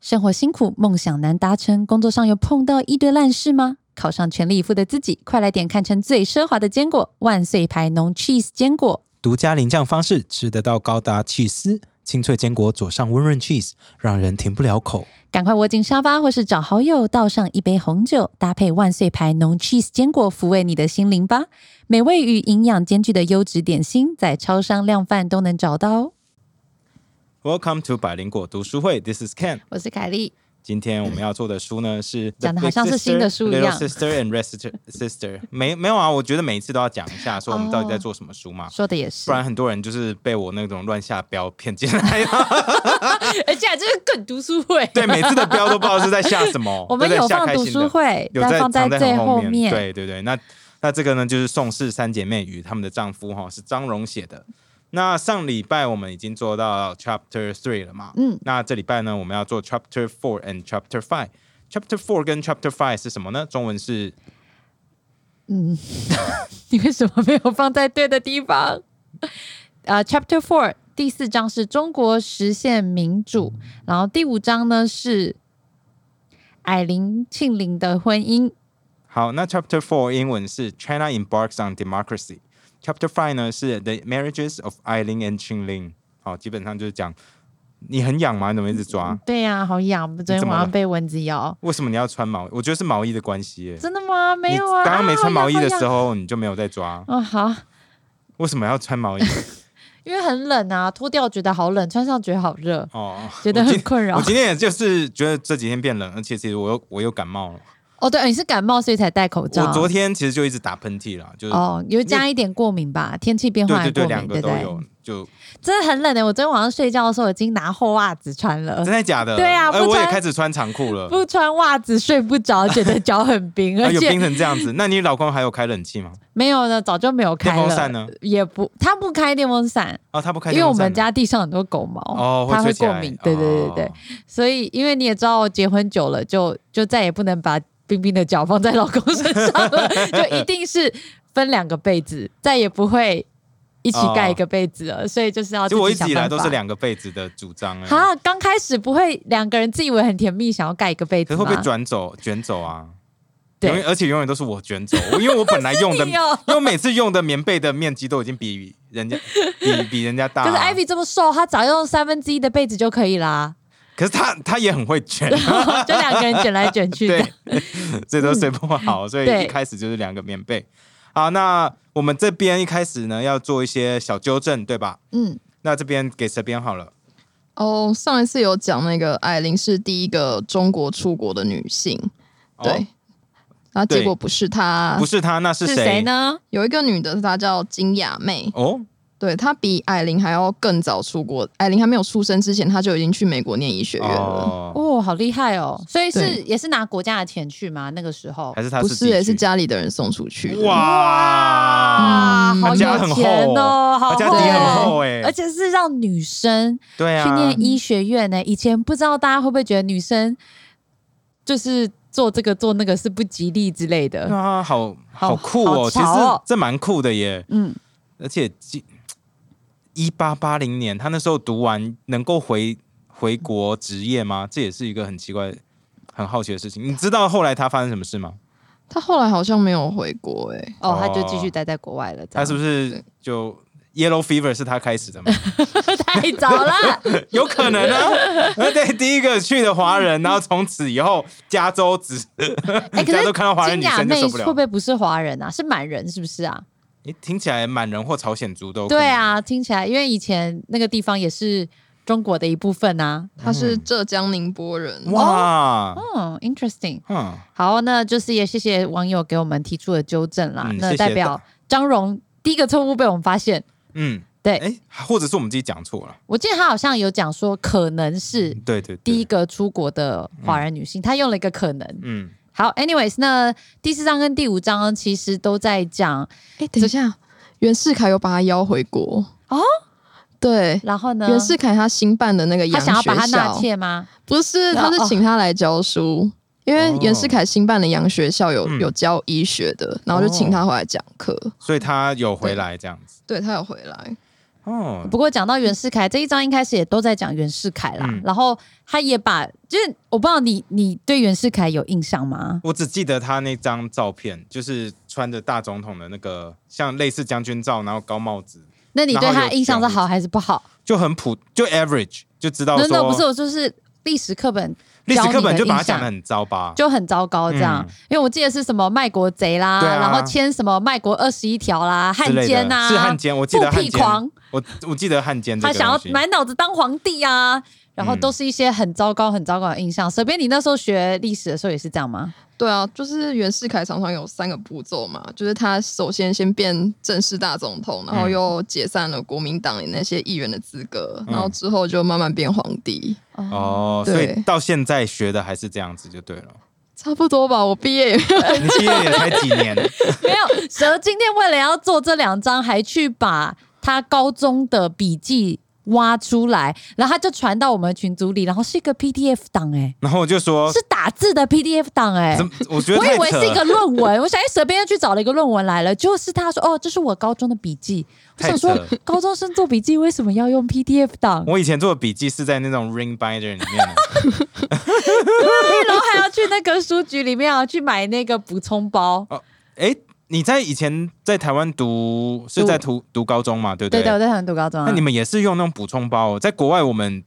生活辛苦，梦想难达成，工作上有碰到一堆烂事吗？考上全力以赴的自己，快来点看成最奢华的坚果——万岁牌浓 cheese 坚果。独家淋酱方式，吃得到高达起司，清脆坚果佐上温润 cheese，让人停不了口。赶快窝进沙发，或是找好友倒上一杯红酒，搭配万岁牌浓 cheese 坚果，抚慰你的心灵吧。美味与营养兼具的优质点心，在超商量贩都能找到哦。 Welcome to 百灵果读书会，This is Ken。我是凯莉，今天我们要做的书 呢是讲得好像是新的书一样 The Big Sister, Little Sister and Red Sister- Sister，没没有啊？我觉得每一次都要讲一下，说我们到底在做什么书嘛。说的也是不，然很多人就是被我那种乱下标骗进来了， 而且这是更读书会。对，每次的标都不知道是在下什 么。我们都在有下放开读心的书会，有但在放藏在在最很后面。对对对，那那这个呢，就是宋氏三姐妹与她们的丈夫哈、是张荣写的。那上礼拜我们已经做到 Chapter Three 了嘛？嗯，那这礼拜呢，我们要做 Chapter Four and Chapter Five。Chapter Four 跟 Chapter Five 是什么呢？中文是你为什么没有放在对的地方？呃、c h a p t e r Four 第四章是中国实现民主，然后第五章呢是矮林庆龄的婚姻。好，那 Chapter Four 英文是 China embarks on democracy。Chapter Five 呢是 The marriages of Eileen and Qing Ling。好，基本上就是讲你很痒吗？你怎么一直抓？对呀、好痒！我昨天怎么晚了上被蚊子咬。为什么你要穿毛衣？我觉得是毛衣的关系耶。真的吗？没有啊，你刚刚没穿毛衣的时候。候，你就没有在抓。哦，好，为什么要 穿毛衣？因为很冷啊，脱掉觉得好冷，穿上觉得好热，哦，觉得我今很困扰我。今天也就是觉得这几天变冷，而且其实我又我又感冒了。哦，对，你是感冒所以才戴口罩。我昨天其实就一直打喷嚏了，就是、哦，有加一点过敏吧，天气变化对对也过敏，对，两个不都对？有。就真的很冷的、欸我昨天晚上睡觉的时候已经拿厚袜子穿了真，的假的？对啊哎、不我也穿开始穿长裤了。不穿袜子睡不着，觉得脚很 冰，啊而有冰且成这样子，那你老公还有开冷气 吗？没有呢，早就没有开电了。风扇呢？也不，他不开电风扇，哦，他不开因电为我风扇们呢，家地上很多狗毛，哦它吹会起过来敏。对对对对，哦所以因为你也知道，我结婚久了就就再也不能把冰冰的脚放在老公身上 了，就一定是分两个被子，再也不会一起盖一个被子了。所以就是要哦其实我一自直己以想来办都法是。两个被子的主张哎、哈，刚开始不会两个人自以为很甜蜜，想要盖一个被可子是吗？会被转走卷走啊？对永远而且永远都是我卷走，因为我本来 用的，啊你 因哦为我每次用的棉被的面积都已经比人家 比比人家大、啊可是 Ivy 这么瘦，她早用三分之一的被子就可以 啦，可是他他也很会卷，啊 就两个人卷来卷去的对。，所以都睡不 好，所以嗯对一开始就是两个棉被。好，那我们这边一开始呢要做一些小纠正，对吧？嗯，那这边给这边好了，哦，上一次有讲那个艾琳是第一个中国出国的女性，哦对，然后结对果不是她，不是他，那是是谁？呢？有一个女的，她叫金雅妹，哦，对她比艾琳还要更早出国。艾琳还没有出生之前，她就已经去美国念医学院了，哦，呃哦，好厉害哦！所以是对也是拿国家的钱去吗？那个时候还是他不是是、也是家里的人送出去的。哇，啊，嗯好他家很有厚钱哦，好他家厚底很哦厚哎、而且是让女生对啊，去念医学院呢、以前不知道大家会不会觉得女生就是做这个做那个是不吉利之类的。啊，好好酷好哦！其实潮哦这蛮酷的耶，嗯，而且一八八零年他那时候读完能够回回国职业吗？这也是一个很奇怪、很好奇的事情。你知道后来他发生什么事吗？她后来好像没有回国、哎，哦哦，他就继续待在国外了。他是不是是就 Yellow Fever 是他开 始的吗？太早 了？有可能 啊！而对，第一个去的华人，然后从此以后加州只哎，可大家都是看到华人金女雅生就妹受不会不了。会不是华人啊？是满人是不是啊？你听起来满人或朝鲜族都有可能对，啊，听起来因为以前那个地方也是中国的一部分啊。她是浙江宁波人。嗯哇，嗯，interesting。嗯，好，那就是也谢谢网友给我们提出的纠正啦。嗯那谢谢代表张荣第一个错误被我们发现。嗯，对哎，或者是我们自己讲错了，我记得他好像有讲说，可能是对嗯对对，第一，个出国的华人女性，他用了一个可能。嗯，好，anyways，那第四章跟第五章其实都在讲，哎、等一下，袁世凯有把她邀回国哦，对。然后呢，袁世凯他新办的那个他洋学想要校，把她纳妾吗？不是，那他是请他来教书，因为袁世凯新办的洋学校有、哦嗯哦有教医学的，然后就请他回来讲课。所以他有回来这样子对他有回来，哦，不过讲到袁世凯这一章，一开始也都在讲袁世凯啦。嗯然后他也把，就是我不知道你你对袁世凯有印象吗？我只记得他那张照片，就是穿着大总统的那个像类似将军罩，然后高帽子，那你对然后他有印象是好还是不好？就很普，就 average，就知道那那不是说我就是历史课本历史课本就把教你的它印象讲的很糟吧。就很糟糕这样，嗯因为我记得是什么卖国贼啦，对啊然后签什么卖国二十一条啦，汉之类的奸呐、是汉奸，我记得复汉辟奸，狂，我我记得汉奸这他个想要东西满脑子当皇帝啊，然后嗯都是一些很糟糕、很糟糕的印象。随便你那时候学历史的时候也是这样吗？对啊，就是袁世凯常常有三个步骤嘛，就是他首先先变正式大总统，然后嗯又解散了国民党的那些议员的资格，嗯然后之后就慢慢变皇帝，哦，嗯对所以到现在学的还是这样子就对了。差不多吧。我毕业也 没有你毕业也才几 年，没有，蛇今天为了要做这两张，还去把他高中的笔记挖出来，然后他就传到我们群组里，然后是一个 PDF 档、欸，然后我就说哎，，是打字的 PDF 档、欸，哦怎哎。么？我觉得我以太为扯是一了， 个论文，我想哎，蛇边又去找了一个论文来了，就是他说哦，这是我高中的笔记。我太想扯说了，。高中生做笔记为什么要用 PDF 档？我以前做的笔记是在那种 ring binder 里面的， 然后还要去那个书局里面啊，去买那个补充包。哎，你在以前在台湾读是在读读高中嘛，对不对对？的，我在台湾读高中啊。那你们也是用那种补充包、哦？在国外我们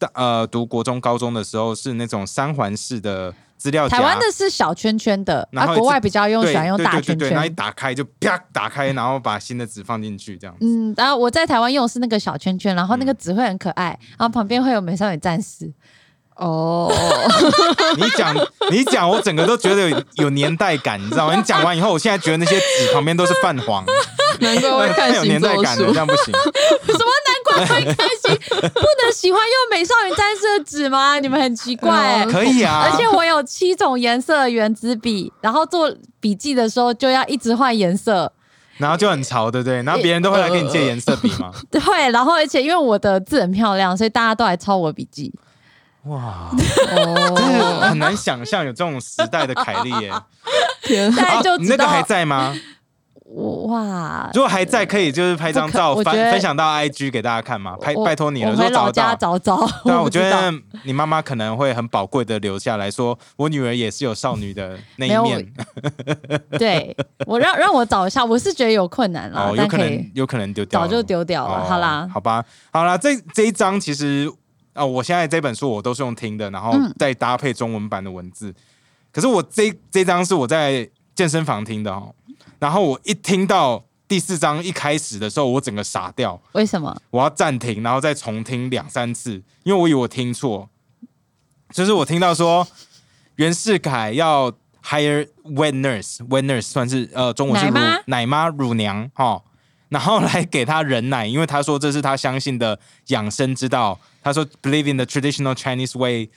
大呃读国中、高中的时候是那种三环式的资料夹，台湾的是小圈圈的，然后啊，一次国外比较用对喜欢用大圈对对对对，然后一圈。打开就啪打开，然后把新的纸放进去，这样子。嗯，然后我在台湾用的是那个小圈圈，然后那个纸会很可爱，嗯然后旁边会有美少女战士。哦，你讲 你讲，我整个都觉得有有年代感，你知道吗？你讲完以后，我现在觉得那些纸旁边都是泛 黄，难怪会看太有星年代座感了，书这。样不行。 什么难怪会开心？不能喜欢用美少女战士的纸吗？你们很奇怪、欸。可以 啊，而且我有七种颜色的原子笔，然后做笔记的时候就要一直换颜色。然后就很潮，对不对？然后别人都会来跟你借颜色笔吗？对，然后而且因为我的字很漂亮，所以大家都来抄我笔记。呃哇，真的哦，很难想象有这种时代的凯莉耶。 天啊，大家就你知那个道还在吗？我 哇，如果还在，可以就是拍张照不可我分觉得分享到 IG 给大家看吗？拍我拜托你了，我如果回找老得家到。找找。对啊，不我觉知道得你妈妈可能会很宝贵的留下来说，我女儿也是有少女的那没一有面 对我让让我找一下，我是觉得有困难啦哦，，有啊但可可能以有可能丢掉早了，就丢掉了。哦好啦，好吧，好啦，这这一章其实啊、哦我现在这本书我都是用听的，然后嗯再搭配中文版的文字。可是我这这章是我在健身房听的哦，然后我一听到第四章一开始的时候，我整个傻掉，为什么？我要暂停，然后再重听两三次，因为我以为我听错，就是我听到说袁世凯要 hire wet nurse，wet nurse 算是呃中文是乳奶妈奶妈乳娘哈、齁然后来给他人奶，因为他说这是他相信的养生之道。他说 believe in the traditional Chinese way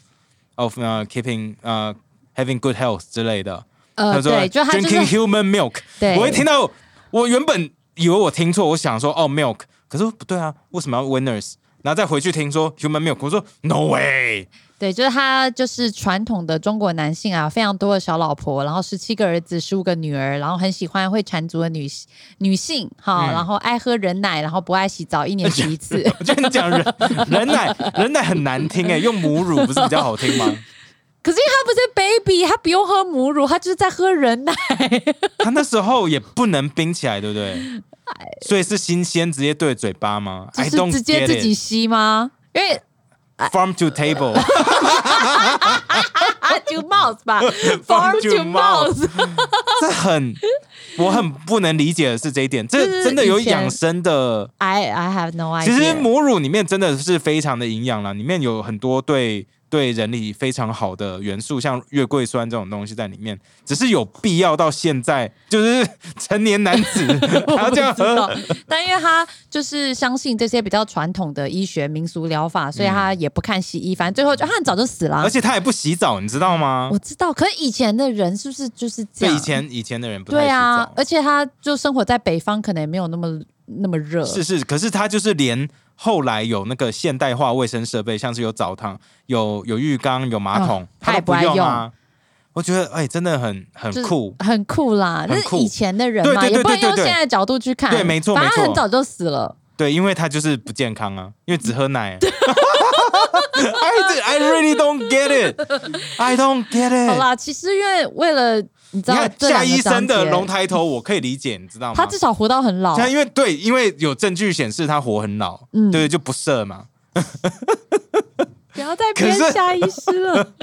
of 呃、keeping 呃、having good health 之类的。呃，他说对，就他就 drinking 是 human milk。对我一听到，我原本以为我听错，我想说哦 milk，可是不对啊，为什么要 winners？然后再回去听说 human milk，我说 no way， 对，就是他就是传统的中国男性啊，非常多的小老婆，然后十七个儿子，十五个女儿，然后很喜欢会缠足的女女性，哈，嗯然后爱喝人奶，然后不爱洗澡，一年洗一 次。我觉得你讲人人奶人奶很难听哎、用母乳不是比较好听吗？可是因为他不是 baby，他不用喝母乳，他就是在喝人奶。他那时候也不能冰起来，对不对？所以是新鲜直接对嘴巴吗哎就？I 是 don't 直接自己哎 get it. 吸吗？因为 Farm to table, 啊，to mouth 吧，farm Farm to to mouth，这很我很不能理解的是这一点，就是这真的有以前养生的 I I have no idea。其实母乳里面真的是非常的营养啦，里面有很多对对人体非常好的元素，像月桂酸这种东西在里面。只是有必要到现在，就是成年男 子 还要这样知道喝，， 但因为他就是相信这些比较传统的医学民俗疗法，所以他也不看西医，反正最后就他很早就死了啊嗯而。且他也不洗澡，你知道吗我？知道，可是以前的人是不是就是这对样？以前以前的人不太对洗啊澡，，而且他就生活在北方，可能也没有那么那么热。是是，可是他就是连后来有那个现代化卫生设备，像是有澡堂、有有浴缸、有马桶，嗯他他也都不爱用啊。我觉得哎、真的很很就是酷，很酷啦，很那是酷以前的人嘛，对也对对不能对对用对现在的角度去看。对没错反正他没错很早就死了。对，因为他就是不健康啊，因为只喝 奶。I I really don't get it. I don't get 好 it. 啦，其实因为为了你知你道看这两个夏医生的章节龙抬头，我可以理解，你知道吗？他至少活到很老，像因为对，因为有证据显示他活很老，嗯对，就不射嘛。不要再可编是夏医师了，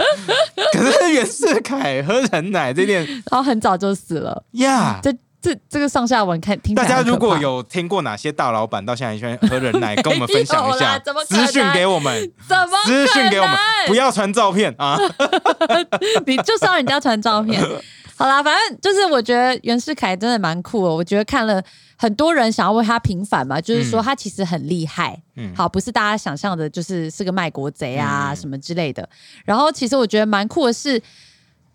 可是袁世凯喝人奶这点然后很早就死了。呀。嗯这这这个上下文看听起大来家很可如果怕有听过哪些大老板到现在还喜欢喝人奶，跟我们分享一 没有下啦怎么，可资能讯给我们，怎么可资能讯给我们，不要传照片 啊！你就是要人家传照 片。好啦，反正就是我觉得袁世凯真的蛮酷的，我觉得看了很多人想要为他平反嘛，就是说嗯他其实很厉害，嗯好，不是大家想象的，就是是个卖国贼啊、嗯什么之类的。然后其实我觉得蛮酷的是，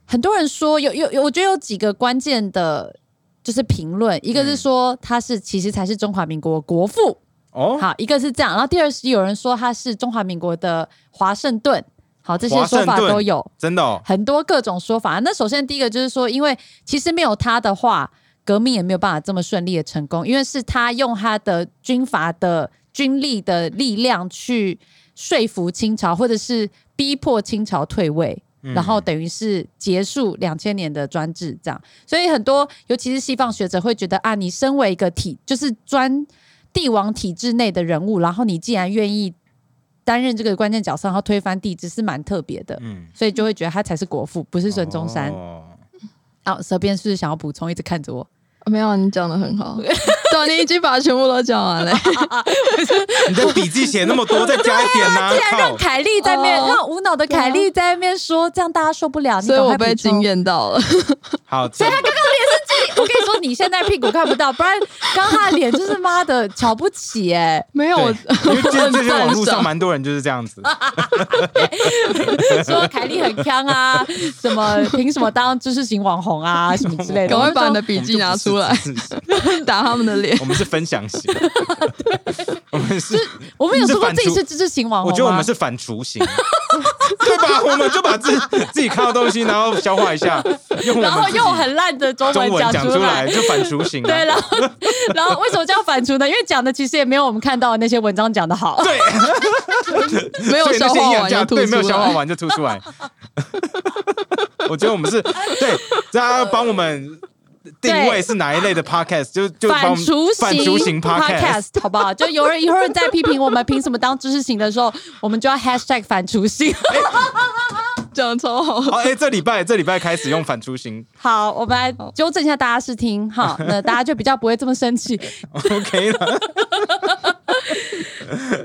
很多人说有有有，我觉得有几个关键的，就是评论，一个嗯是说他是其实才是中华民国国父，哦，好，一个是这样，然后第二是有人说他是中华民国的华盛顿，好，这些说华法盛顿都有。真的哦，很多各种说法。那首先第一个就是说，因为其实没有他的话，革命也没有办法这么顺利的成功，因为是他用他的军阀的军力的力量去说服清朝，或者是逼迫清朝退位。嗯然后等于是结束两千年的专制，这样，所以很多尤其是西方学者会觉得啊，你身为一个体就是专帝王体制内的人物，然后你既然愿意担任这个关键角色，然后推翻帝制，是蛮特别的。嗯，所以就会觉得他才是国父，不是孙中山。哦啊，蛇边是不是想要补充？一直看着我，没有，啊你讲的 很好，对，你已经把全部都讲完了。你的笔记写那么多，再加一点呐、让靠！凯莉在面，哦让无脑的凯莉在面说，这样大家受不啊了。你所以赶我快被补充 惊。艳到 了。好，这我跟你说，你现在屁股看不到，不然刚他的脸就是妈的瞧不起哎、没有，我对因为这这些网络很赞赏上蛮多人就是这样子，说凯莉很强 啊，什么凭什么当知识型网红啊，什么之类的。 赶快把你的我就笔记拿 出来，我们就不是，打他们的脸。我们是分享型， 我们是，说，我们有说过你是反自己刍是知识型网红啊我吗？觉得我们是反雏形， 对吧？我们就把自 自己看到东西，然后消化一下，用我然后们自己用很烂的中中文文讲讲出出来来，。就反雏形 啊，对，然后 然后为什么叫反刍呢？因为讲的其实也没有我们看到的那些文章讲的好。对，没有所以消那些化营完养就价吐对，出没有消化来。完就吐出来。我觉得我们 是对，大家帮我们定位是哪一类的 podcast，就就帮反我们刍反雏形 podcast。 podcast 好不好？就有人有人在批评我们凭什么当知识型的时候，我们就要 hashtag 反刍型。 讲得超好。好，哎，这礼拜这礼拜开始用反雏形好，我们来纠正一下大家视听哈，那大家就比较不会这么生气。 ，OK 了。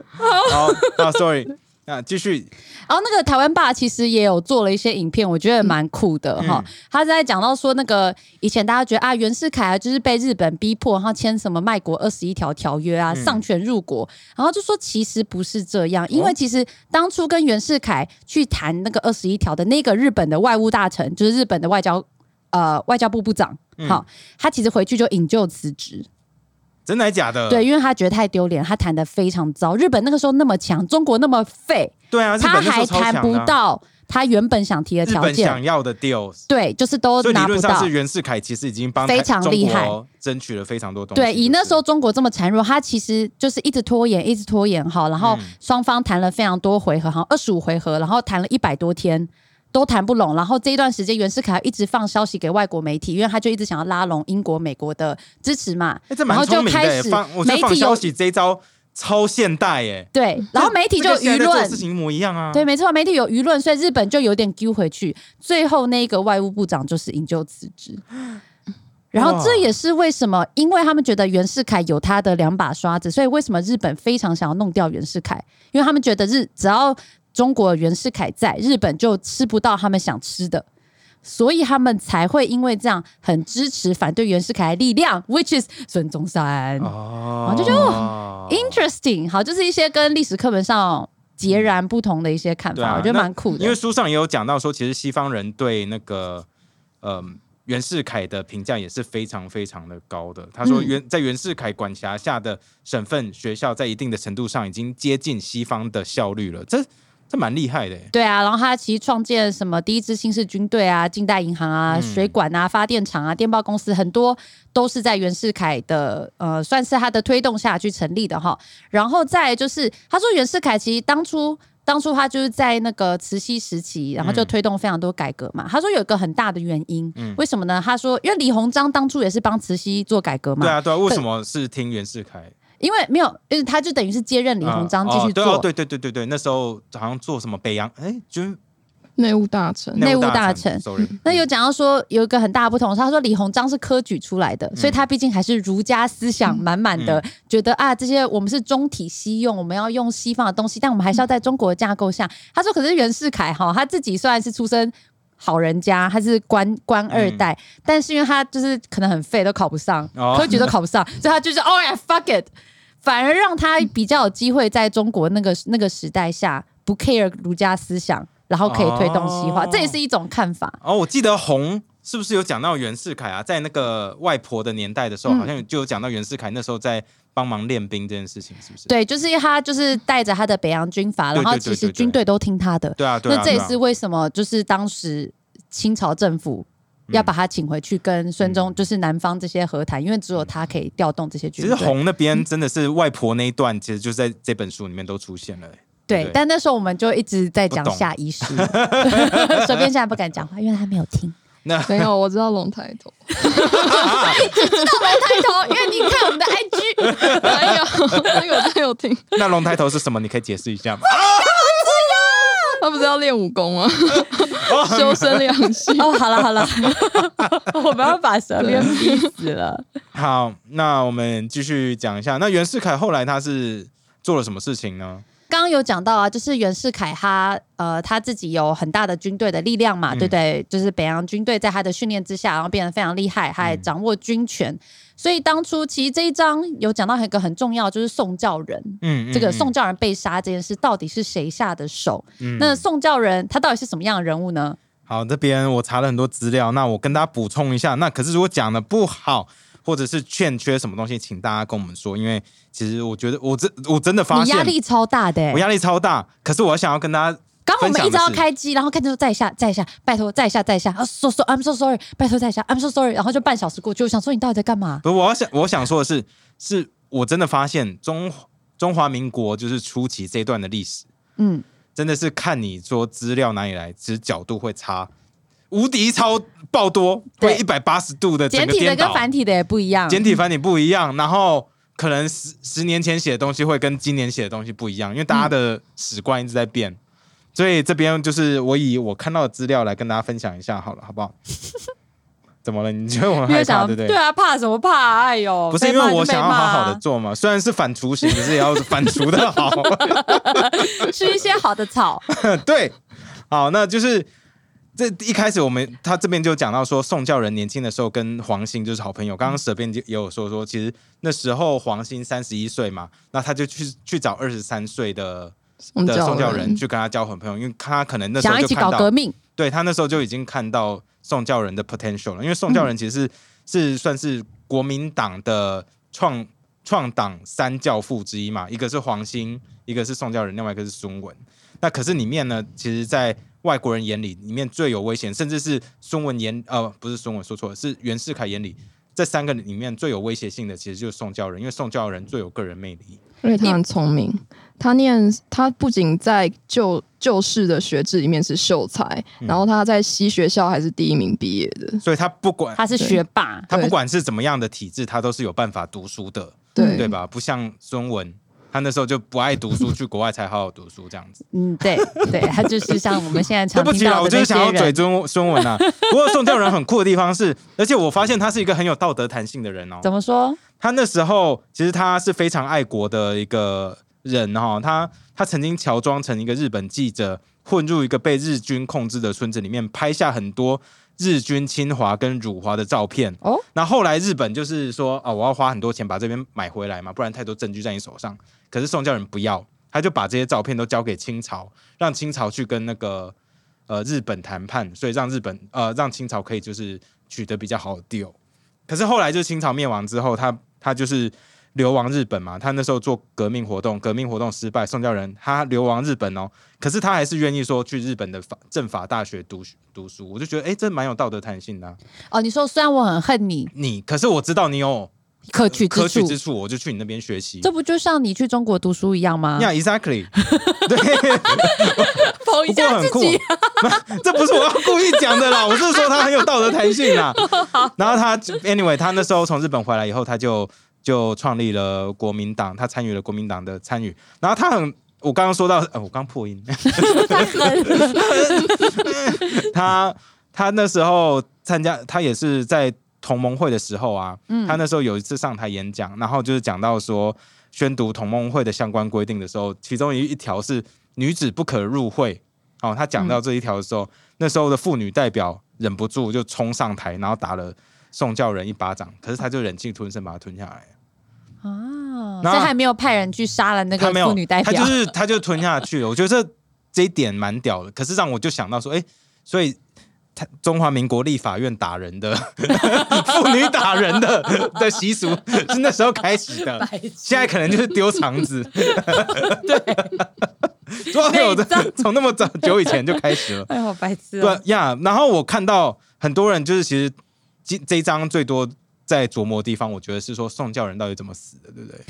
好，啊，sorry，啊，继续，然后那个台湾爸其实也有做了一些影片，我觉得蛮酷的哈、他在讲到说，那个以前大家觉得啊，袁世凯啊就是被日本逼迫，然后签什么卖国二十一条条约啊，丧权入国，然后就说其实不是这样，因为其实当初跟袁世凯去谈那个二十一条的那个日本的外务大臣，就是日本的外交呃外交部部长，好、他其实回去就引咎辞职。真的还假的？对，因为他觉得太丢脸，他谈的非常糟。日本那个时候那么强，中国那么废，对啊，日他本那时还候超谈不强的啊，到他原本想提的日条本想件，要的 deal。对，就是都所以理拿论不上到是。袁世凯其实已经帮非台常中厉害国争取了非常多东西。对，以那时候。候中国这么孱弱，他其实就是一直拖延，一直拖延哈，然后嗯双方谈了非常多回合，好像二十五回合，然后谈了一百多天都谈不拢，然后这一段时间袁世凯一直放消息给外国媒体，因为他就一直想要拉拢英国、美国的支持嘛，欸、这然后蛮就聪明的开欸、始放我觉媒得放体消有息这一招超现代耶、对，然后媒体就这跟现舆在在做论的事情一模一样啊。对，，没错，媒体有舆论，所以日本就有点丢回去。最后那个外务部长就是引咎辞 职。然后这哇也是为什么，因为他们觉得袁世凯有他的两把刷子，所以为什么日本非常想要弄掉袁世凯，因为他们觉得日只要中国袁世凯在，日本就吃不到他们想吃的，所以他们才会因为这样很支持反对袁世凯的力量，which is 孙中山。哦，就觉得哦 Interesting，好，就是一些跟历史课本上截然不同的一些看法，嗯对啊我觉得那蛮酷的。因为书上也有讲到说，其实西方人对那个嗯、袁世凯的评价也是非常非常的高的。他说嗯袁、在袁世凯管辖下的省份学校，在一定的程度上已经接近西方的效率了。这这蛮厉害的哎耶。对啊，然后他其实创建什么第一支新式军队啊、近代银行啊、嗯水管啊、发电厂啊、电报公司，很多都是在袁世凯的呃，算是他的推动下去成立的哈。然后再来就是，他说袁世凯其实当初。当初他就是在那个慈禧时期，然后就嗯推动非常多改革嘛。他说有一个很大的原因，嗯为什么呢？他说因为李鸿章当初也是帮慈禧做改革嘛，对啊，对啊，为什么是听袁世凯？因为没有，因为他就等于是接任李鸿章继啊哦续做、对、哦、对对对对对，那时候好像做什么北洋，哎，军内务大臣内务大臣臣，sorry， 嗯那有讲到说有一个很大的不同，他说李鸿章是科举出来的，所以嗯他毕竟还是儒家思想满满的，觉得啊这些我们是中体西用，我们要用西方的东西，但我们还是要在中国的架构下。他说，可是袁世凯哈，他自己虽然是出身。好人家，他是官官二代，但是因为他就是可能很废，都考不上，嗯哦科举都考不上，所以他就是 oh yeah fuck it，反而让他比较有机会在中国那个那个时代下不 care 儒家思想，然后可以推动西化，哦这也是一种看法。哦，我记得红是不是有讲到袁世凯啊？在那个外婆的年代的时候，嗯好像就有讲到袁世凯那时候在帮忙练兵这件事情，是不是？对，就是因为他就是带着他的北洋军阀，对然后对对其实对对军队都听他的。对啊，对啊，那这也对啊是为什么，就是当时清朝政府嗯要把他请回去跟孙中，就是南方这些和谈，因为只有他可以调动这些其军实队。红那边真的是外婆那一段，其实就在这本书里面都出现 了、欸 对对对，但那时候我们就一直在讲不懂下医 师， 随便现在不敢讲话，因为他没有听。没有，我知道龙抬头。 抬头，因为你看我们的 IG，哎呀，那个我真的有听，那龙抬头是什么？你可以解释 一下吗？他不是要练武功吗？哦修身养 性。哦，好了好 了，我们要把蛇鞭逼死了。好，那我们继续讲一下。那袁世凯后来他是做了什么事情呢？刚刚有讲到啊，就是袁世凯他呃他自己有很大的军队的力量嘛，嗯对不对？就是北洋军队在他的训练之下，然后变得非常厉害，他还掌握军权。所以当初其实这一章有讲到一个很重要，就是宋教仁。嗯，嗯这个嗯宋教仁被杀这件事，到底是谁下的手？嗯那宋教仁他到底是什么样的人物呢？好，这边我查了很多资料，那我跟大家补充一下。那可是如果讲的不好，或者是欠缺什么东西，请大家跟我们说，因为其实我觉得我真我真的发你现压力超大的、欸我。压力超大，可是我想要跟大家刚我们一直要分享的是开机，然后看见说再一下，再一下，拜托，再一下，再一下啊，so so，I'm so sorry，拜托再一下，I'm so sorry，然后就半小时过去，我想说你到底在干嘛？不，我要想我想说的是，是我真的发现中中华民国就是初期这段的历史，嗯，真的是看你说资料哪里来，其实角度会差，无敌超爆多，会对一百八十度的整简个体的颠跟倒，繁体的也不一样。简体繁体不一样，然后。可能十十年前写的东西会跟今年写的东西不一样，因为大家的史观一直在变，所以这边就是我以我看到的资料来跟大家分享一下好了，好不好？ 怎么了？你觉得我很没有害怕，想对不对？啊，怕什么怕啊？哎呦，不是因被骂为就我被想要骂好啊好的做嘛，虽然是反雏形，可是也要反刍的好。 吃一些好的草。对，好，那就是这一开始我们他这边就讲到说，宋教仁年轻的时候跟黄兴就是好朋友。嗯刚刚舍边也有说说，其实那时候黄兴三十一岁嘛，那他就去去找二十三岁的宋的宋教教仁仁，去跟他交换朋友，因为他可能 那时想候要一就起看搞到革命，对他那时候就已经看到宋教仁的 potential 了，因为宋教仁其实是、是算是国民党的创创党三教父之一嘛，一个是黄兴，一个是宋教仁，另外一个是孙文。那可是里面呢，其实，在外国人眼里，里面最有危险，甚至是孙文眼呃不是孙文说错了，是袁世凯眼里。这三个里面最有威胁性的，其实就是宋教仁，因为宋教仁最有个人魅力。而且他很聪明。他念，他不仅在旧旧式的学制里面是秀才，嗯然后他在西学校还是第一名毕业的。所以他不管他是学霸，他不对管是怎么样的体制，他都是有办法读书的。对，嗯对吧？不像孙文，他那时候就不爱读书，去国外才好好读书这样子。嗯，对对，他就是像我们现在 对常不起听啦，到我的就那是想要些嘴人，尊孙文啊。不过宋教仁很酷的地方是，而且我发现他是一个很有道德弹性的人哦。怎么说？他那时候其实他是非常爱国的一个人哈、哦，他他曾经乔装成一个日本记者，混入一个被日军控制的村子里面，拍下很多日军侵华跟辱华的照片。哦哦，那后来日本就是说啊，我要花很多钱把这边买回来嘛，不然太多证据在你手上。可是宋教仁不要，他就把这些照片都交给清朝，让清朝去跟那个呃日本谈判，所以让日本呃让清朝可以就是取得比较好的 deal。可是后来就是清朝灭亡之后，他他就是流亡日本嘛，他那时候做革命活动，革命活动失败，宋教仁他流亡日本哦，可是他还是愿意说去日本的法政法大学读读书，我就觉得哎、诶这蛮有道德弹性的啊、哦，你说虽然我很恨你，你可是我知道你有可取可之取处，之处，我就去你那边学习。这啊不就像你去中国读书一样吗？ Yeah, exactly 对，捧不过很酷， 这不是我要故意讲的 啦，我是说他很有道德弹性 啦。然后他 anyway，他那时候从日本回来以后，他就就创立了国民党，他参与了国民党的参与。然后他很，我刚刚说到，呃、我刚破音，他很 他他那时候参加，他也是在同盟会的时候啊，他那时候有一次上台演讲，然后就是讲到说宣读同盟会的相关规定的时候，其中一一条是女子不可入会。哦，他讲到嗯这一条的时候，那时候的妇女代表忍不住就冲上台，然后打了宋教仁一巴掌，可是他就忍气吞声把他吞下来。啊，那这还没有派人去杀了那他个没有，妇女代他表就，是他就吞下去了。我觉得这这一点蛮屌的，可是让我就想到说，哎、所以他中华民国立法院打人的 妇女打人的的习俗是那时候开始的，现在可能就是丢 肠子。 对，说有的内脏从那么早久以前就开始了。 哎呦，好白痴对啊哦！呀然后我看到很多人就是其实这这一章最多在琢磨的地方，我觉得是说宋教仁到底怎么死的，对不对？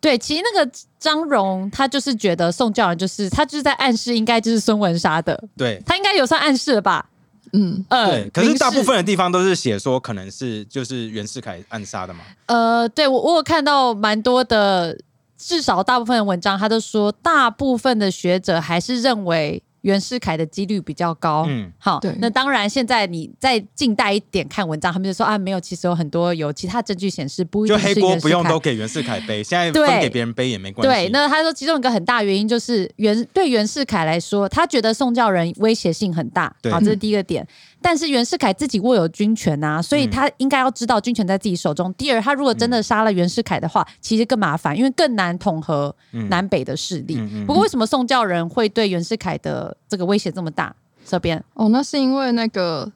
对，其实那个张荣他就是觉得宋教仁就是他就是在暗示，应该就是孙文杀的，对，他应该有算暗示了吧？嗯，呃对，，可是明大部示分的地方都是写说可能是就是袁世凯暗杀的嘛，呃，对我我有看到蛮多的，至少大部分的文章，他都说大部分的学者还是认为袁世凯的几率比较高。嗯，好对，那当然，现在你再近代一点看文章，他们就说啊，没有，其实有很多有其他证据显示不一就定黑是锅袁不世用凯都。给袁世凯 背，现在分对给别人背也没关对系，，那他说其中一个很大原因就是袁对袁世凯来说，他觉得宋教仁威胁性很大，对嗯好，这是第一个点。但是袁世凯自己握有军权啊，所以嗯他应该要知道军权在自己手中。第二，他如果真的杀了袁世凯的话，其实更麻烦，因为更难统合嗯南北的势力。嗯嗯不过为什么宋教仁会对袁世凯的这个威胁这么大？这边哦，那是因为那个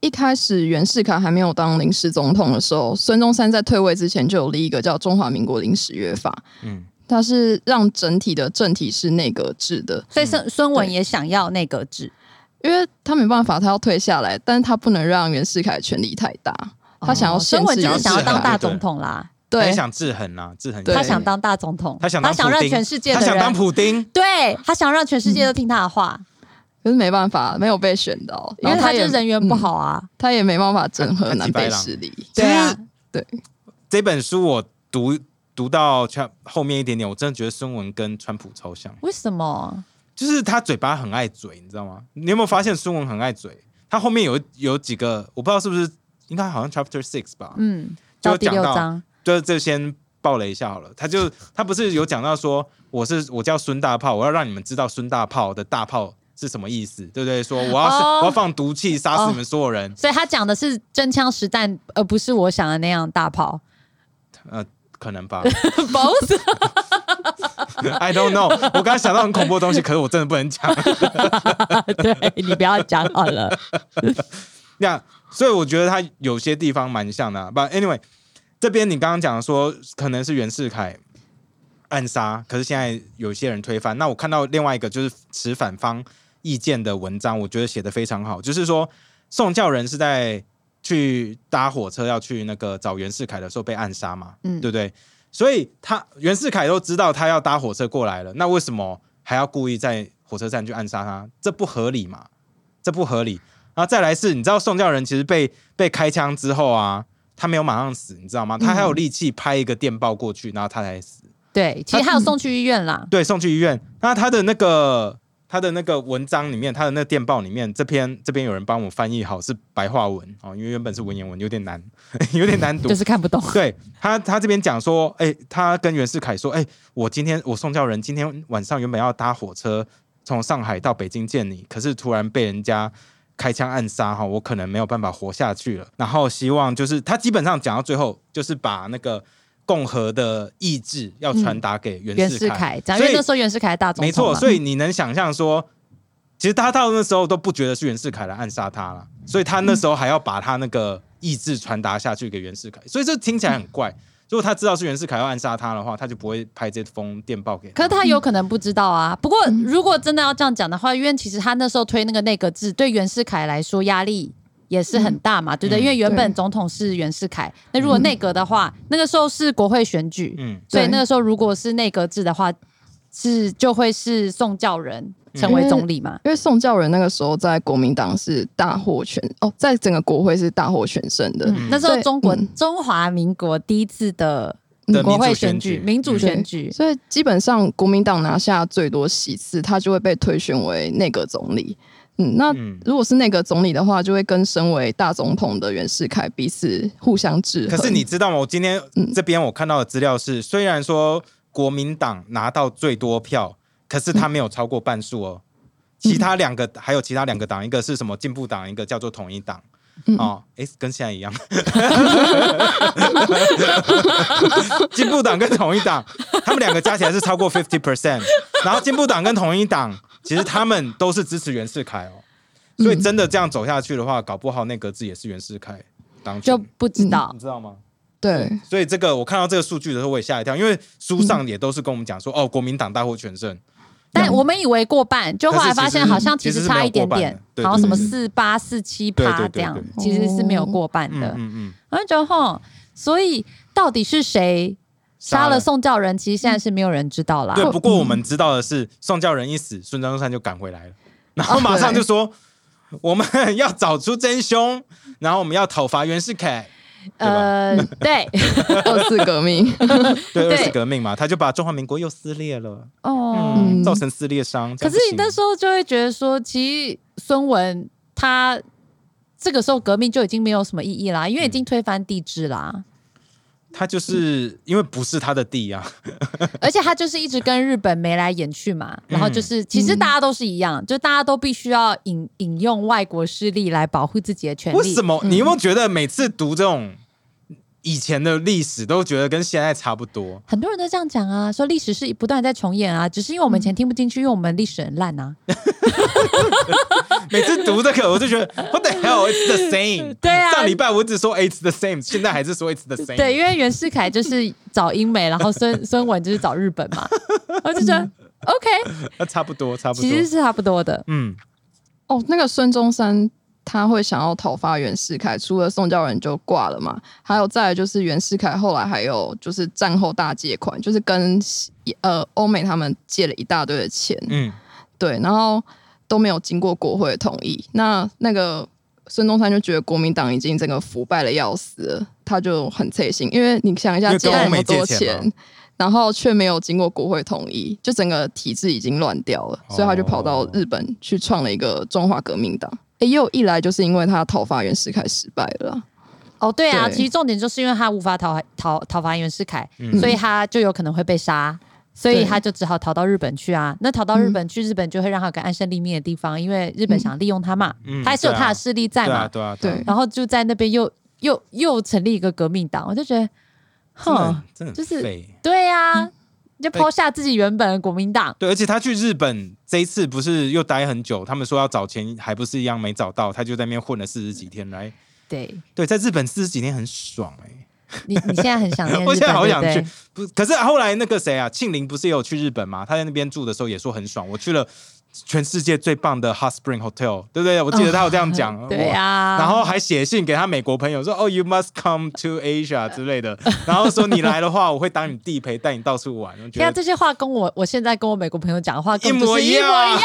一开始袁世凯还没有当临时总统的时候，孙中山在退位之前就有立一个叫《中华民国临时约法》，嗯，它是让整体的政体是内阁制的，所以嗯孙孙文对也想要内阁制，因为他没办法，他要退下来，但是他不能让袁世凯权力太大，他想要哦限孙文制就袁是世想要当凯。大总统啦，他也对，想制衡啊，制衡对他想当大总统，他想当普让丁全世界的他人想当普丁，对他想让全世界都听他的话，可是没办法，没有被选到，因然为嗯后他就也是人缘不好啊。他也没办法整合他南几百北郎势力。其对啊实，对这本书我读读到全后面一点点，我真的觉得孙文跟川普超像，为什么？就是他嘴巴很爱嘴，你知道吗？你有没有发现孙文很爱嘴？他后面有有几个，我不知道是不是应该好像 Chapter Six 吧，嗯，就到第六讲到章，就这先爆雷一下好了。他就他不是有讲到说，我是我叫孙大炮，我要让你们知道孙大炮的大炮是什么意思，对不对？说我要是、哦我要放毒气杀死你们所有人，所以他讲的是真枪实弹，而不是我想的那样大 炮。可能吧不是， ？I don't know。我刚刚想到很恐怖的东西，可是我真的不能讲。 对你不要讲好了。那所以我觉得他有些地方蛮像的、啊。But anyway，这边你刚刚讲说可能是袁世凯暗杀，可是现在有些人推翻。那我看到另外一个就是持反方意见的文章，我觉得写的非常好，就是说宋教仁是在去搭火车要去那个找袁世凯的时候被暗杀嘛，嗯对不对？所以他袁世凯都知道他要搭火车过来了，那为什么还要故意在火车站去暗杀他？这不合理嘛？这不合理。然后再来是，你知道宋教仁其实被被开枪之后啊，他没有马上死，你知道吗？他还有力气拍一个电报过去，然后他才死。对，其实他有送去医院啦。对，送去医院。那他的那个他的那个文章里面，他的那个电报里面，这篇这边有人帮我翻译好是白话文哦，因为原本是文言文，有点难， 有点难读就。是看不懂，对他，他这边讲说，哎、他跟袁世凯说，哎、我今天我宋教仁今天晚上原本要搭火车从上海到北京见你，可是突然被人家开枪暗杀哈，我可能没有办法活下去了。然后希望就是他基本上讲到最后，就是把那个共和的意志要传达给嗯袁袁世世凯，凯，讲因所以为那时候袁世凯大总统没错，嘛所以你能想象说，其实他到那时候都不觉得是袁世凯来暗杀他了，所以他那时候还要把他那个意志传达下去给袁世凯，所以这听起来很怪。如果他知道是袁世凯要暗杀他的话，他就不会拍这封电报给他。可是他有可能不知道啊。不过，如果真的要这样讲的话，因为其实他那时候推那个内阁制，对袁世凯来说压力也是很大嘛，对不对？嗯因为原本对总统是袁世凯，那如果内阁的话，那个时候是国会选举，嗯，所以对那个时候如果是内阁制的话，是就会是宋教仁成为总理嘛？因为宋教仁那个时候在国民党是大获全哦，在整个国会是大获全胜的。嗯那时候对中国嗯中华民国第一次的的嗯国会民主选选举举、民主嗯选举，所以基本上国民党拿下最多席次，他就会被推选为内阁总理。嗯，那嗯如果是内阁总理的话，就会跟身为大总统的袁世凯彼此互相制衡。可是你知道吗？我今天嗯这边我看到的资料是，虽然说国民党拿到最多票，可是他没有超过半数哦。其他两个还有其他两个党，一个是什么进步党，一个叫做统一党。哦，哎，跟现在一样， 进步党跟统一党，他们两个加起来是超过 fifty percent，然后进步党跟统一党，其实他们都是支持袁世凯哦，所以真的这样走下去的话，搞不好内阁制也是袁世凯当就选，不知道你。知道吗？对，所以这个我看到这个数据的时候，我也吓一跳，因为书上也都是跟我们讲嗯说，哦，国民党大获全胜，但我们以为过半，就后来发现好像其实实是差一点其实是没点有过半的，对好像什么对四八四七对趴对对这样对，其实是没有过半嗯的。嗯嗯，然后就吼，所以到底是谁杀了宋教仁？其实现在是没有人知道啦。对，不过我们知道的是，宋教仁一死，孙中山就赶回来 了，然后马上就哦说。我们要找出真凶，然后我们要讨伐袁世凯， 呃， 对，二次革命， 对对二次革命嘛，他就把中华民国又撕裂了，哦。嗯，嗯造成撕裂伤。可这样是不你行那时候就会觉得说，其实孙文他这个时候革命就已经没有什么意义啦，因为已嗯经推翻帝制啦，他嗯就是因为不是他的地啊，而且他就是一直跟日本眉来眼去嘛，嗯然后就是其实大家都是一样，就大家都必须要引引用外国势力来保护自己的权嗯利。为什么？你有没有觉得每次读这种以前的历史，都觉得跟现在差不多？很多人都这样讲啊，说历史是不断地在重演啊，只是因为我们以前听不进去，因为我们历史很烂啊。每次读这个，我就觉得 What the hell? It's the same。 对啊上礼拜我只说 It's the same，现在还是说 It's the same。对，因为袁世凯就是找英美，然后孙 孙文就是找日本嘛，我就觉得 OK，那差不多，差不多其。实是差不多的。嗯，哦，那个孙中山他会想要讨伐袁世凯，除了宋教仁就挂了嘛，还有再来就是袁世凯后来还有就是战后大借款，就是跟呃欧美他们借了一大堆的钱，嗯，对，然后都没有经过国会的同意。那那个孙中山就觉得国民党已经整个腐败的要死了，他就很脆心，因为你想一因下为借跟了那欧美么多借钱嘛钱，然后却没有经过国会同意，就整个体制已经乱掉了，所以他就跑哦到日本去创了一个中华革命党。诶也有一来就是因为他讨伐袁世凯失败了啦，哦，对啊，对其实重点就是因为他无法讨讨讨伐袁世凯，嗯所以他就有可能会被杀。所以对他就只好逃到日本去啊。那逃到日本去，日本就会让他有个安身立命的地方，因为日本想利用他嘛，嗯他还是有对啊他的势力在对嘛啊，。对啊，啊对，然后就在那边又又又成立一个革命党，我就觉得，真的哼很，真的很哦就是废对呀、就抛下自己原本的国民党，对，而且他去日本这一次不是又待很久，他们说要找钱，还不是一样没找到，他就在那边混了四十几天来。对对，在日本四十几天很爽哎、你你现在很想念日本， 我现在好想对不去对，不，可是后来那个谁啊，庆龄不是也有去日本吗？他在那边住的时候也说很爽，我去了全世界最棒的 Hot Spring Hotel，对不对？我记得他有这样 讲，对哇。啊，然后还写信给他美国朋友说：“哦、y o u must come to Asia 之类的。”然后说你来的话，我会当你地陪，带你到处玩。我觉你看得这些话跟我我现在跟我美国朋友讲的话一根本就模是一一模样啊一样，！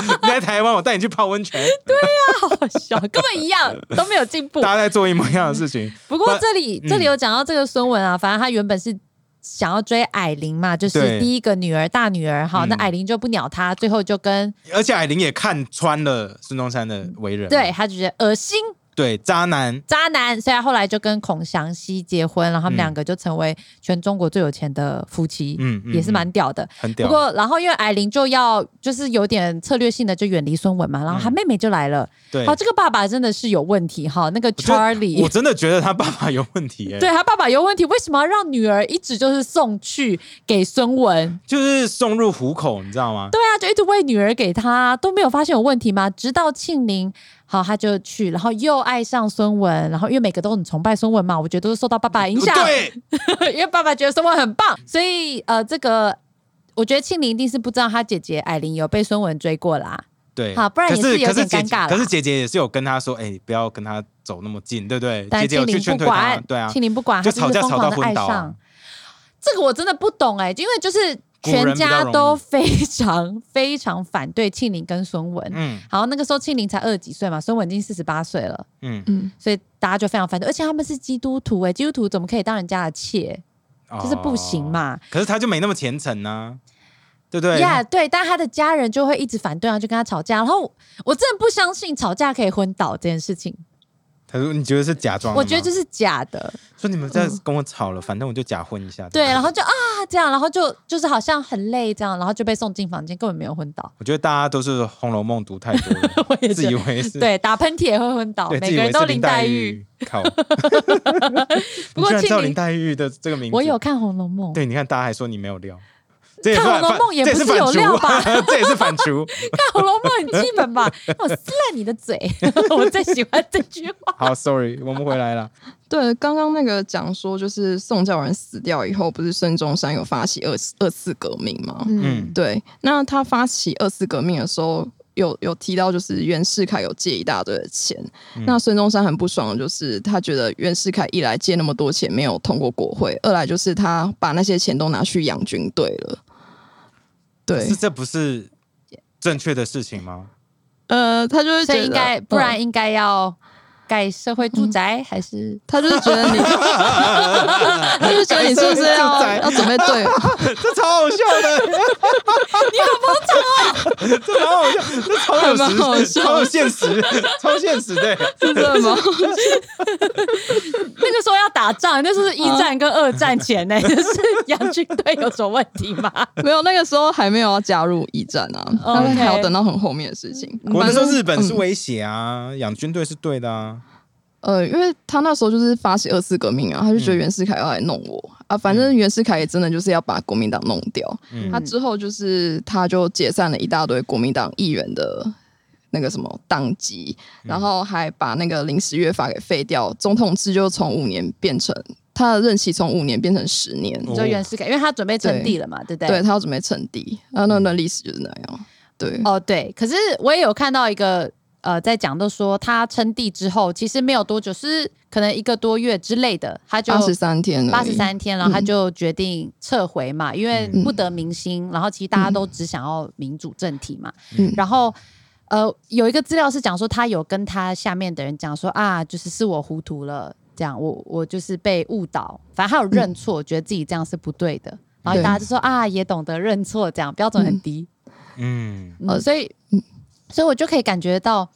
你在台湾，我带你去泡温泉，好好笑，根本一样都没有进步大。家在做一模一样的事情。不过但这里嗯这里有讲到这个孙文啊，反正他原本是。想要追矮玲嘛，就是对第一个女儿大女儿，好，嗯那矮玲就不鸟他，最后就跟而且海玲也看穿了孙中山的为人，对他就觉得恶心，对，渣男，渣男，所以他后来就跟孔祥熙结婚，然后他们嗯两个就成为全中国最有钱的夫妻，嗯，嗯也是蛮嗯屌的。很屌。不过，然后因为艾琳就要就是有点策略性的就远离孙文嘛，然后他妹妹就来了。嗯对，好，这个爸爸真的是有问题哈，那个觉得 Charlie 我。真的觉得他爸爸有问题、欸，对他爸爸有问题，为什么要让女儿一直就是送去给孙文？就是送入虎口，你知道吗？对啊，就一直喂女儿给他，都没有发现有问题吗？直到庆龄，好，他就去，然后又爱上孙文，然后因为每个都很崇拜孙文嘛，我觉得都是受到爸爸影响，对， 因为爸爸觉得孙文很棒，所以呃，这个我觉得庆龄一定是不知道她姐姐艾琳有被孙文追过啦。对，好不然可也是是有可点是姐尴尬啦可是姐姐也是有跟他说，哎、不要跟他走那么近，对不对？但姐姐有庆去龄劝不退他管，，对啊，庆龄不管，就她吵是架疯吵狂到的爱昏倒、上啊。。这个我真的不懂哎、因为就是全家都非常非常反对庆龄跟孙文。嗯好，那个时候庆龄才二十几岁嘛，孙文已经四十八岁了，嗯，嗯，所以大家就非常反对。而且他们是基督徒哎、基督徒怎么可以当人家的妾？就是不行哦。嘛。可是他就没那么虔诚呢、对不对？呀、对，但他的家人就会一直反对啊，就跟他吵架。然后我我真的不相信吵架可以昏倒这件事情，他说你觉得是假装的吗？我觉得这是假的。说你们在跟我吵了，反正我就假婚一下。对，然后就啊这样，然后就就是好像很累这样，然后就被送进房间，根本没有昏 倒。我觉得大家都是《红楼梦》读太多了，我也自觉以得为 是，对，打喷嚏也会昏倒，对，每自以个为人是都林黛黛玉。，靠！不不过居然庆知道龄林黛玉的这个名字，我有看《红楼梦》，对，你看大家还说你没有料，这也看算红楼梦反也这不是是有反刍 料吧这也是反刍。看《红楼梦》很基本吧？ 我撕烂你的嘴， 我最喜欢这句话。好，sorry，我们回来了。对，刚刚那个讲说，就是宋教仁死掉以后，不是孙中山有发起二四二四革命吗？嗯嗯，对，那他发起二次革命的时候，有有提到就是袁世凯有借一大堆的钱，嗯那孙中山很不爽，就是他觉得袁世凯一来借那么多钱没有通过国会，二来就是他把那些钱都拿去养军队了。对是，这不是正确的事情吗？呃，他就是所觉得以应该，不然嗯应该要盖社会住宅，还是 他就是 觉得你，他就是觉得你是不是住要宅要准 备对？这超好笑 的，你哦好捧场啊！ 这超好笑，这还蛮超好有笑实，超有现实，超现实对。是这吗？那个时候要打仗，那时候是一战跟二战前呢，就是洋军队有什么问题 吗？ 没有，那个时候还没有要加入一战啊，那哦 OK 还要等到很后面的事情。我那反时候正日本是嗯威胁啊，养军队是对的啊。呃，因为他那时候就是发起二次革命啊，他就觉得嗯袁世凯要来弄我、啊，反正袁世凯也真的就是要把国民党弄掉。嗯他之后就是他就解散了一大堆国民党议员的那个什么党籍，嗯然后还把那个临时约法给废掉，总统制就从五年变成他的任期从五年变成十年，哦就袁世凯，哦因为他准备称帝了嘛，对不对？对他要准备称帝，啊，嗯那段历史就是那样，对。哦，对，可是我也有看到一个呃，在讲到说他称帝之后，其实没有多久，是可能一个多月之类的，他就八十三天而已，嗯八十三天，然后他就决定撤回嘛，因为不得民心，然后其实大家都只想要民主政体嘛，嗯然后。呃，有一个资料是讲说，他有跟他下面的人讲说啊，就是是我糊涂了，这样我我就是被误导，反正他有认错，觉得自己这样是不对的，然后嗯对大家就说啊，也懂得认错，这样标准很嗯低，嗯，呃，所以，所以我就可以感觉到，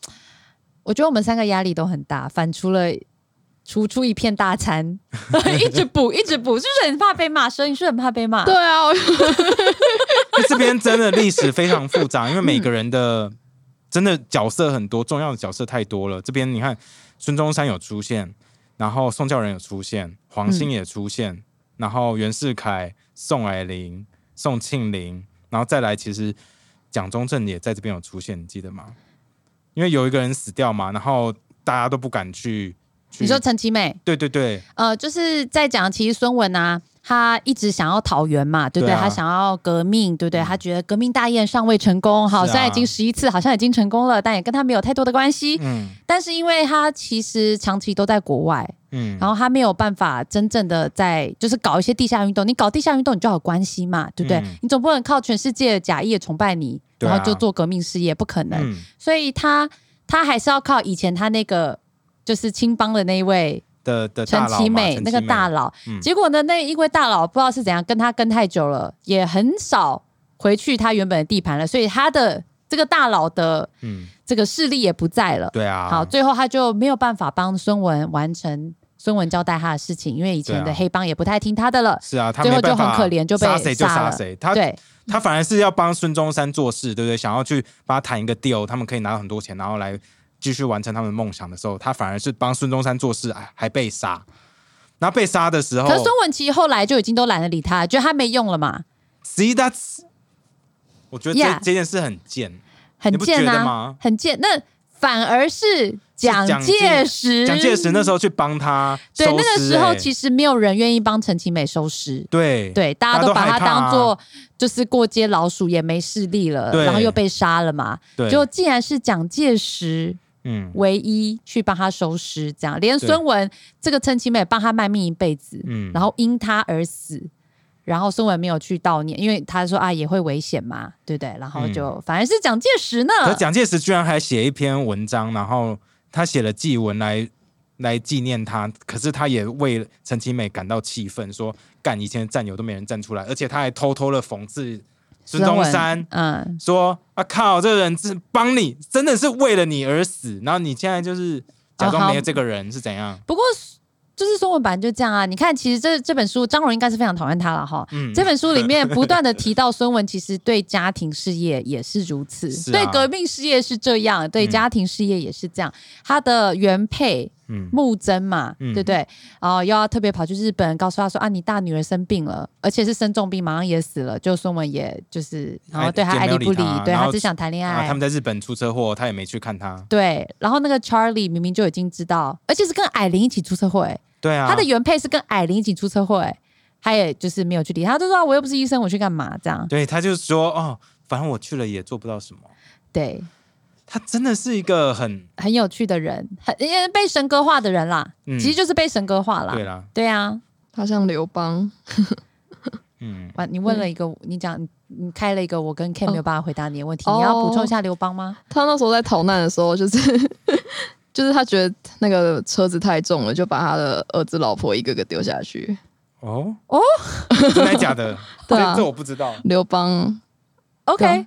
我觉得我们三个压力都很大，反出了除出一片大餐， 一直补，一直补，是不是很怕被骂？所以你是不是很怕被骂？对，啊，我 哎这边真的历史非常复杂，因为每个人的真的角色很多，重要的角色太多了。这边你看，孙中山有出现，然后宋教仁有出现，黄嗯兴也出现，然后袁世凯、宋霭龄、宋庆龄，然后再来，其实蒋中正也在这边有出现，你记得吗？因为有一个人死掉嘛，然后大家都不敢去。去你说陈其美，对对对，呃，就是在讲，其实孙文啊，他一直想要讨袁嘛，对不对？对啊嗯他想要革命，对不对？他觉得革命大业尚未成功，好，是啊虽然已经十一次，好像已经成功了，但也跟他没有太多的关系。嗯但是因为他其实长期都在国外，嗯，然后后他没有办法真正的在就是搞一些地下运动，你搞地下运动你就要有关系嘛，对不对？嗯你总不能靠全世界的假意崇拜你，对啊然后就做革命事业，不可能。嗯所以他他还是要靠以前他那个就是青帮的那一位的的陈大佬嘛其美陈那个其大佬，嗯结果呢，那因为大佬不知道是怎样跟他跟太久了，也很少回去他原本的地盘了，所以他的这个大佬的嗯，这个势力也不在了。对啊，好，最后他就没有办法帮孙文完成孙文交代他的事情，因为以前对的啊黑帮也不太听他的了。是啊，他最后没办就很法可怜就被杀谁就杀杀了谁，他对，他反而是要帮孙中山做事，对不对？想要去帮他谈一个 deal，他们可以拿到很多钱，然后来继续完成他们的梦想的时候，他反而是帮孙中山做事，哎还还被杀。然后被杀的时候可是孙文其实后来就已经都懒得理他，觉得他没用了嘛， ，see that's，我觉得这 Yeah 这件事很贱，很你不贱觉得啊吗，很贱。那反而是蒋介石。蒋介石那时候去帮他对收尸、那个时候，实其实没有人愿意帮陈其美收尸。对对，大家大家都都把他害怕啊当做就是过街老鼠，也没势力了，对然后又被杀了嘛。对，结果竟然是蒋介石嗯唯一去帮他收尸，这样连对孙文这个陈其美帮他卖命一辈子，嗯，然后因他而死。然后孙文没有去悼念，因为他说啊也会危险嘛，对不对？然后就、嗯反而是蒋介石 呢，可蒋介石居然还写一篇文章，然后他写了祭文来来纪念他，可是他也为陈其美感到气愤，说干以前的战友都没人站出来，而且他还偷偷的讽刺孙中文山，嗯，说啊靠，这个人是帮你，真的是为了你而死，然后你现在就是哦假装没有这个人是怎样？不过就是孙文本来就这样啊。你看，其实这这本书张荣应该是非常讨厌他了哈。嗯，这本书里面不断的提到孙文，其实对家庭事业也是如此， 是啊对革命事业是这样，对嗯家庭事业也是这样。他的原配嗯木真嘛，嗯对不对？然后又要特别跑去日本，告诉他说啊，你大女儿生病了，而且是生重病，马上也死了。就孙文也就是，然后对他也爱没有理不理理，他对然他后只想谈恋啊，爱他。们在日本出车祸，他也没去看他。对，然后那个 Charlie 明明就已经知道，而且是跟艾琳一起出车祸、欸，对啊，他的原配是跟艾琳一起出车祸、欸，他也就是没有去理他，他就说啊我又不是医生，我去干嘛？这样对他就是说哦，反正我去了也做不到什么。对，他真的是一个很很有趣的人，很因为被神格化的人啦，嗯其实就是被神格化啦。对啦，对啊，他像刘邦，嗯，完你问了一个，你讲你你开了一个我跟 Ken 哦没有办法回答你的问题，哦你要补充一下刘邦吗？他那时候在逃难的时候，就是 就是他觉得那个车子太重了，就把他的儿子、老婆一个个丢下去。哦哦， 真的 假的？对啊这这我不知道。刘邦 OK，对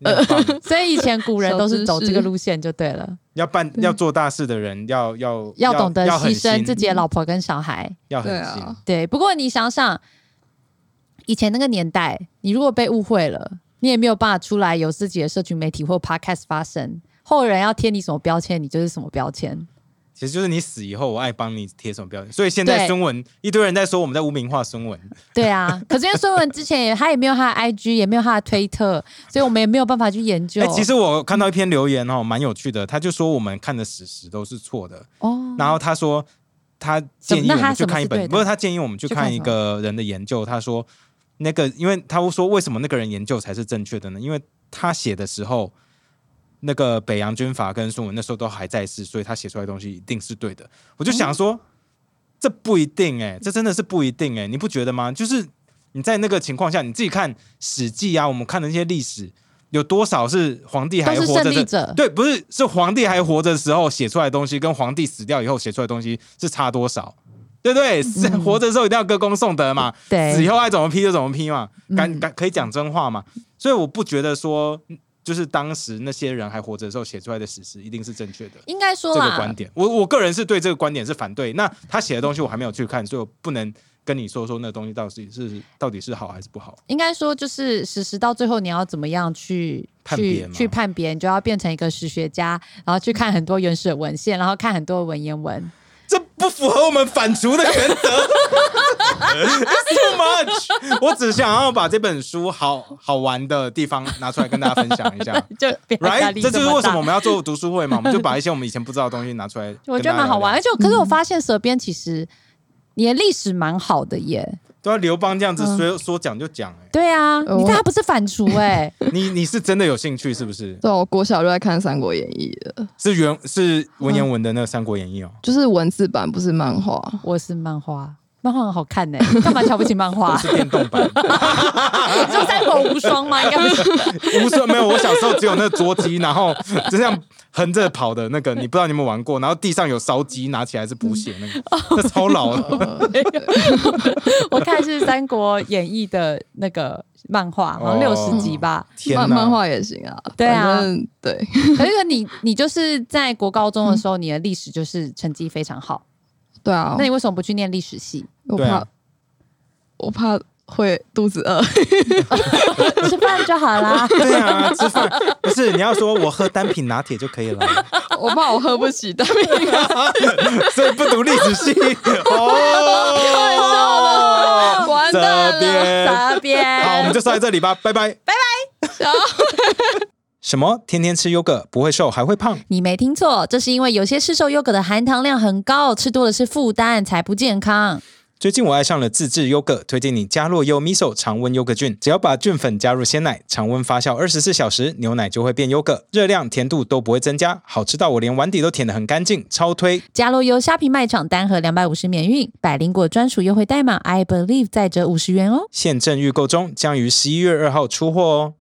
你 很棒所以以前古人都是走小知这识个路线就对了，要办要做大事的人，要要要懂得要狠牺牲心自己的老婆跟小孩。要狠对啊心。对，不过你想想，以前那个年代，你如果被误会了，你也没有办法出来有自己的社群媒体或 podcast 发声，后人要贴你什么标签，你就是什么标签。其实就是你死以后，我爱帮你贴什么标签。所以现在对孙文一堆人在说我们在污名化孙文，对啊，可是因为孙文之前也他也没有他的 IG，也没有他的推特，所以我们也没有办法去研究。哎、其实我看到一篇留言哦，蛮有趣的，他就说我们看的史实都是错的，哦，然后他说他建议我那他们去什么看一是对本，的不是他建议我们去去看看一什么个人的研究，他说那个，因为他说为什么那个人研究才是正确的呢？因为他写的时候。那个北洋军阀跟孙文那时候都还在世，所以他写出来的东西一定是对的。我就想说，这不一定哎、这真的是不一定哎、你不觉得吗？就是你在那个情况下，你自己看《史记》啊，我们看的那些历史，有多少是皇帝还都是活着胜利的？者对，不是是皇帝还活着的时候写出来的东西，跟皇帝死掉以后写出来的东西是差多少？对不对？是活着的时候一定要歌功颂德嘛，死以嗯对，后爱怎么批就怎么批嘛，敢嗯敢可以讲真话嘛。所以我不觉得说，就是当时那些人还活着的时候写出来的史实一定是正确的。应该说这个啦观，点，我我个人是对这个观点是反对。那他写的东西我还没有去看，所以我不能跟你说说那东西到底是到底是好还是不好。应该说就是史实到最后你要怎么样去判别去吗去判别，你就要变成一个史学家，然后去看很多原始的文献，然后看很多文言文。。这不符合我们反刍的原则。It's too much。我只想要把这本书好好玩的地方拿出来跟大家分享一下 就不要哎压 Right，力这就是么为什大么我们要做读书会嘛，我 们就把一些我们以前不知道的东西拿出来。我觉得蛮好玩，而。且我嗯可是我发现蛇鞭其实你的历史蛮好的耶。都要啊刘邦这样子嗯说说讲就讲，哎，对啊，呃你我大家不是反刍哎、你你是真的有兴趣是不是？对啊、我国小就在看《三国演义》的，是原是文言文的那个《三国演义》哦。就是文字版，不是漫画。我是漫画，漫画很好看呢、欸干嘛瞧不起漫画我？ 是电动版，你说三国无双吗？应该不是。无说没有。我小时候只有那捉鸡，然后 就这样横着跑的那个，你不知道你有没有玩过？然后地上有烧鸡，拿起来是补血那个，那超老了。我看的是《三国演义》的那个漫画，哦好像六十集吧。天漫哪漫画也行啊，对啊反正对， 可是你你就是在国高中的时候，你的历史就是成绩非常好，对啊那，你为什么不去念历史 系？我对怕、啊我怕会肚子饿， 吃饭就好 啦。对啊，吃饭不是你要说我喝单品拿铁就可以了，我怕我喝不起 大饼干。所以不读历史系哦。完这蛋了，边蛇鞭，好，我们就说到这里吧，拜拜。小 什么？天天吃优格不会瘦还会胖？你没听错，这是因为有些市售优格的含糖量很高，吃多了是负担，才不健康。最近我爱上了自制优格，推荐你加洛优 miso 常温优格菌。只要把菌粉加入鲜奶，常温发酵二十四小时，牛奶就会变优格，热量、甜度都不会增加，好吃到我连碗底都舔得很干净，超推！加洛优虾皮卖场单盒两百五十免运，百灵果专属优惠代码 I believe 再折五十元哦。现正预购中，将于十一月二号出货哦。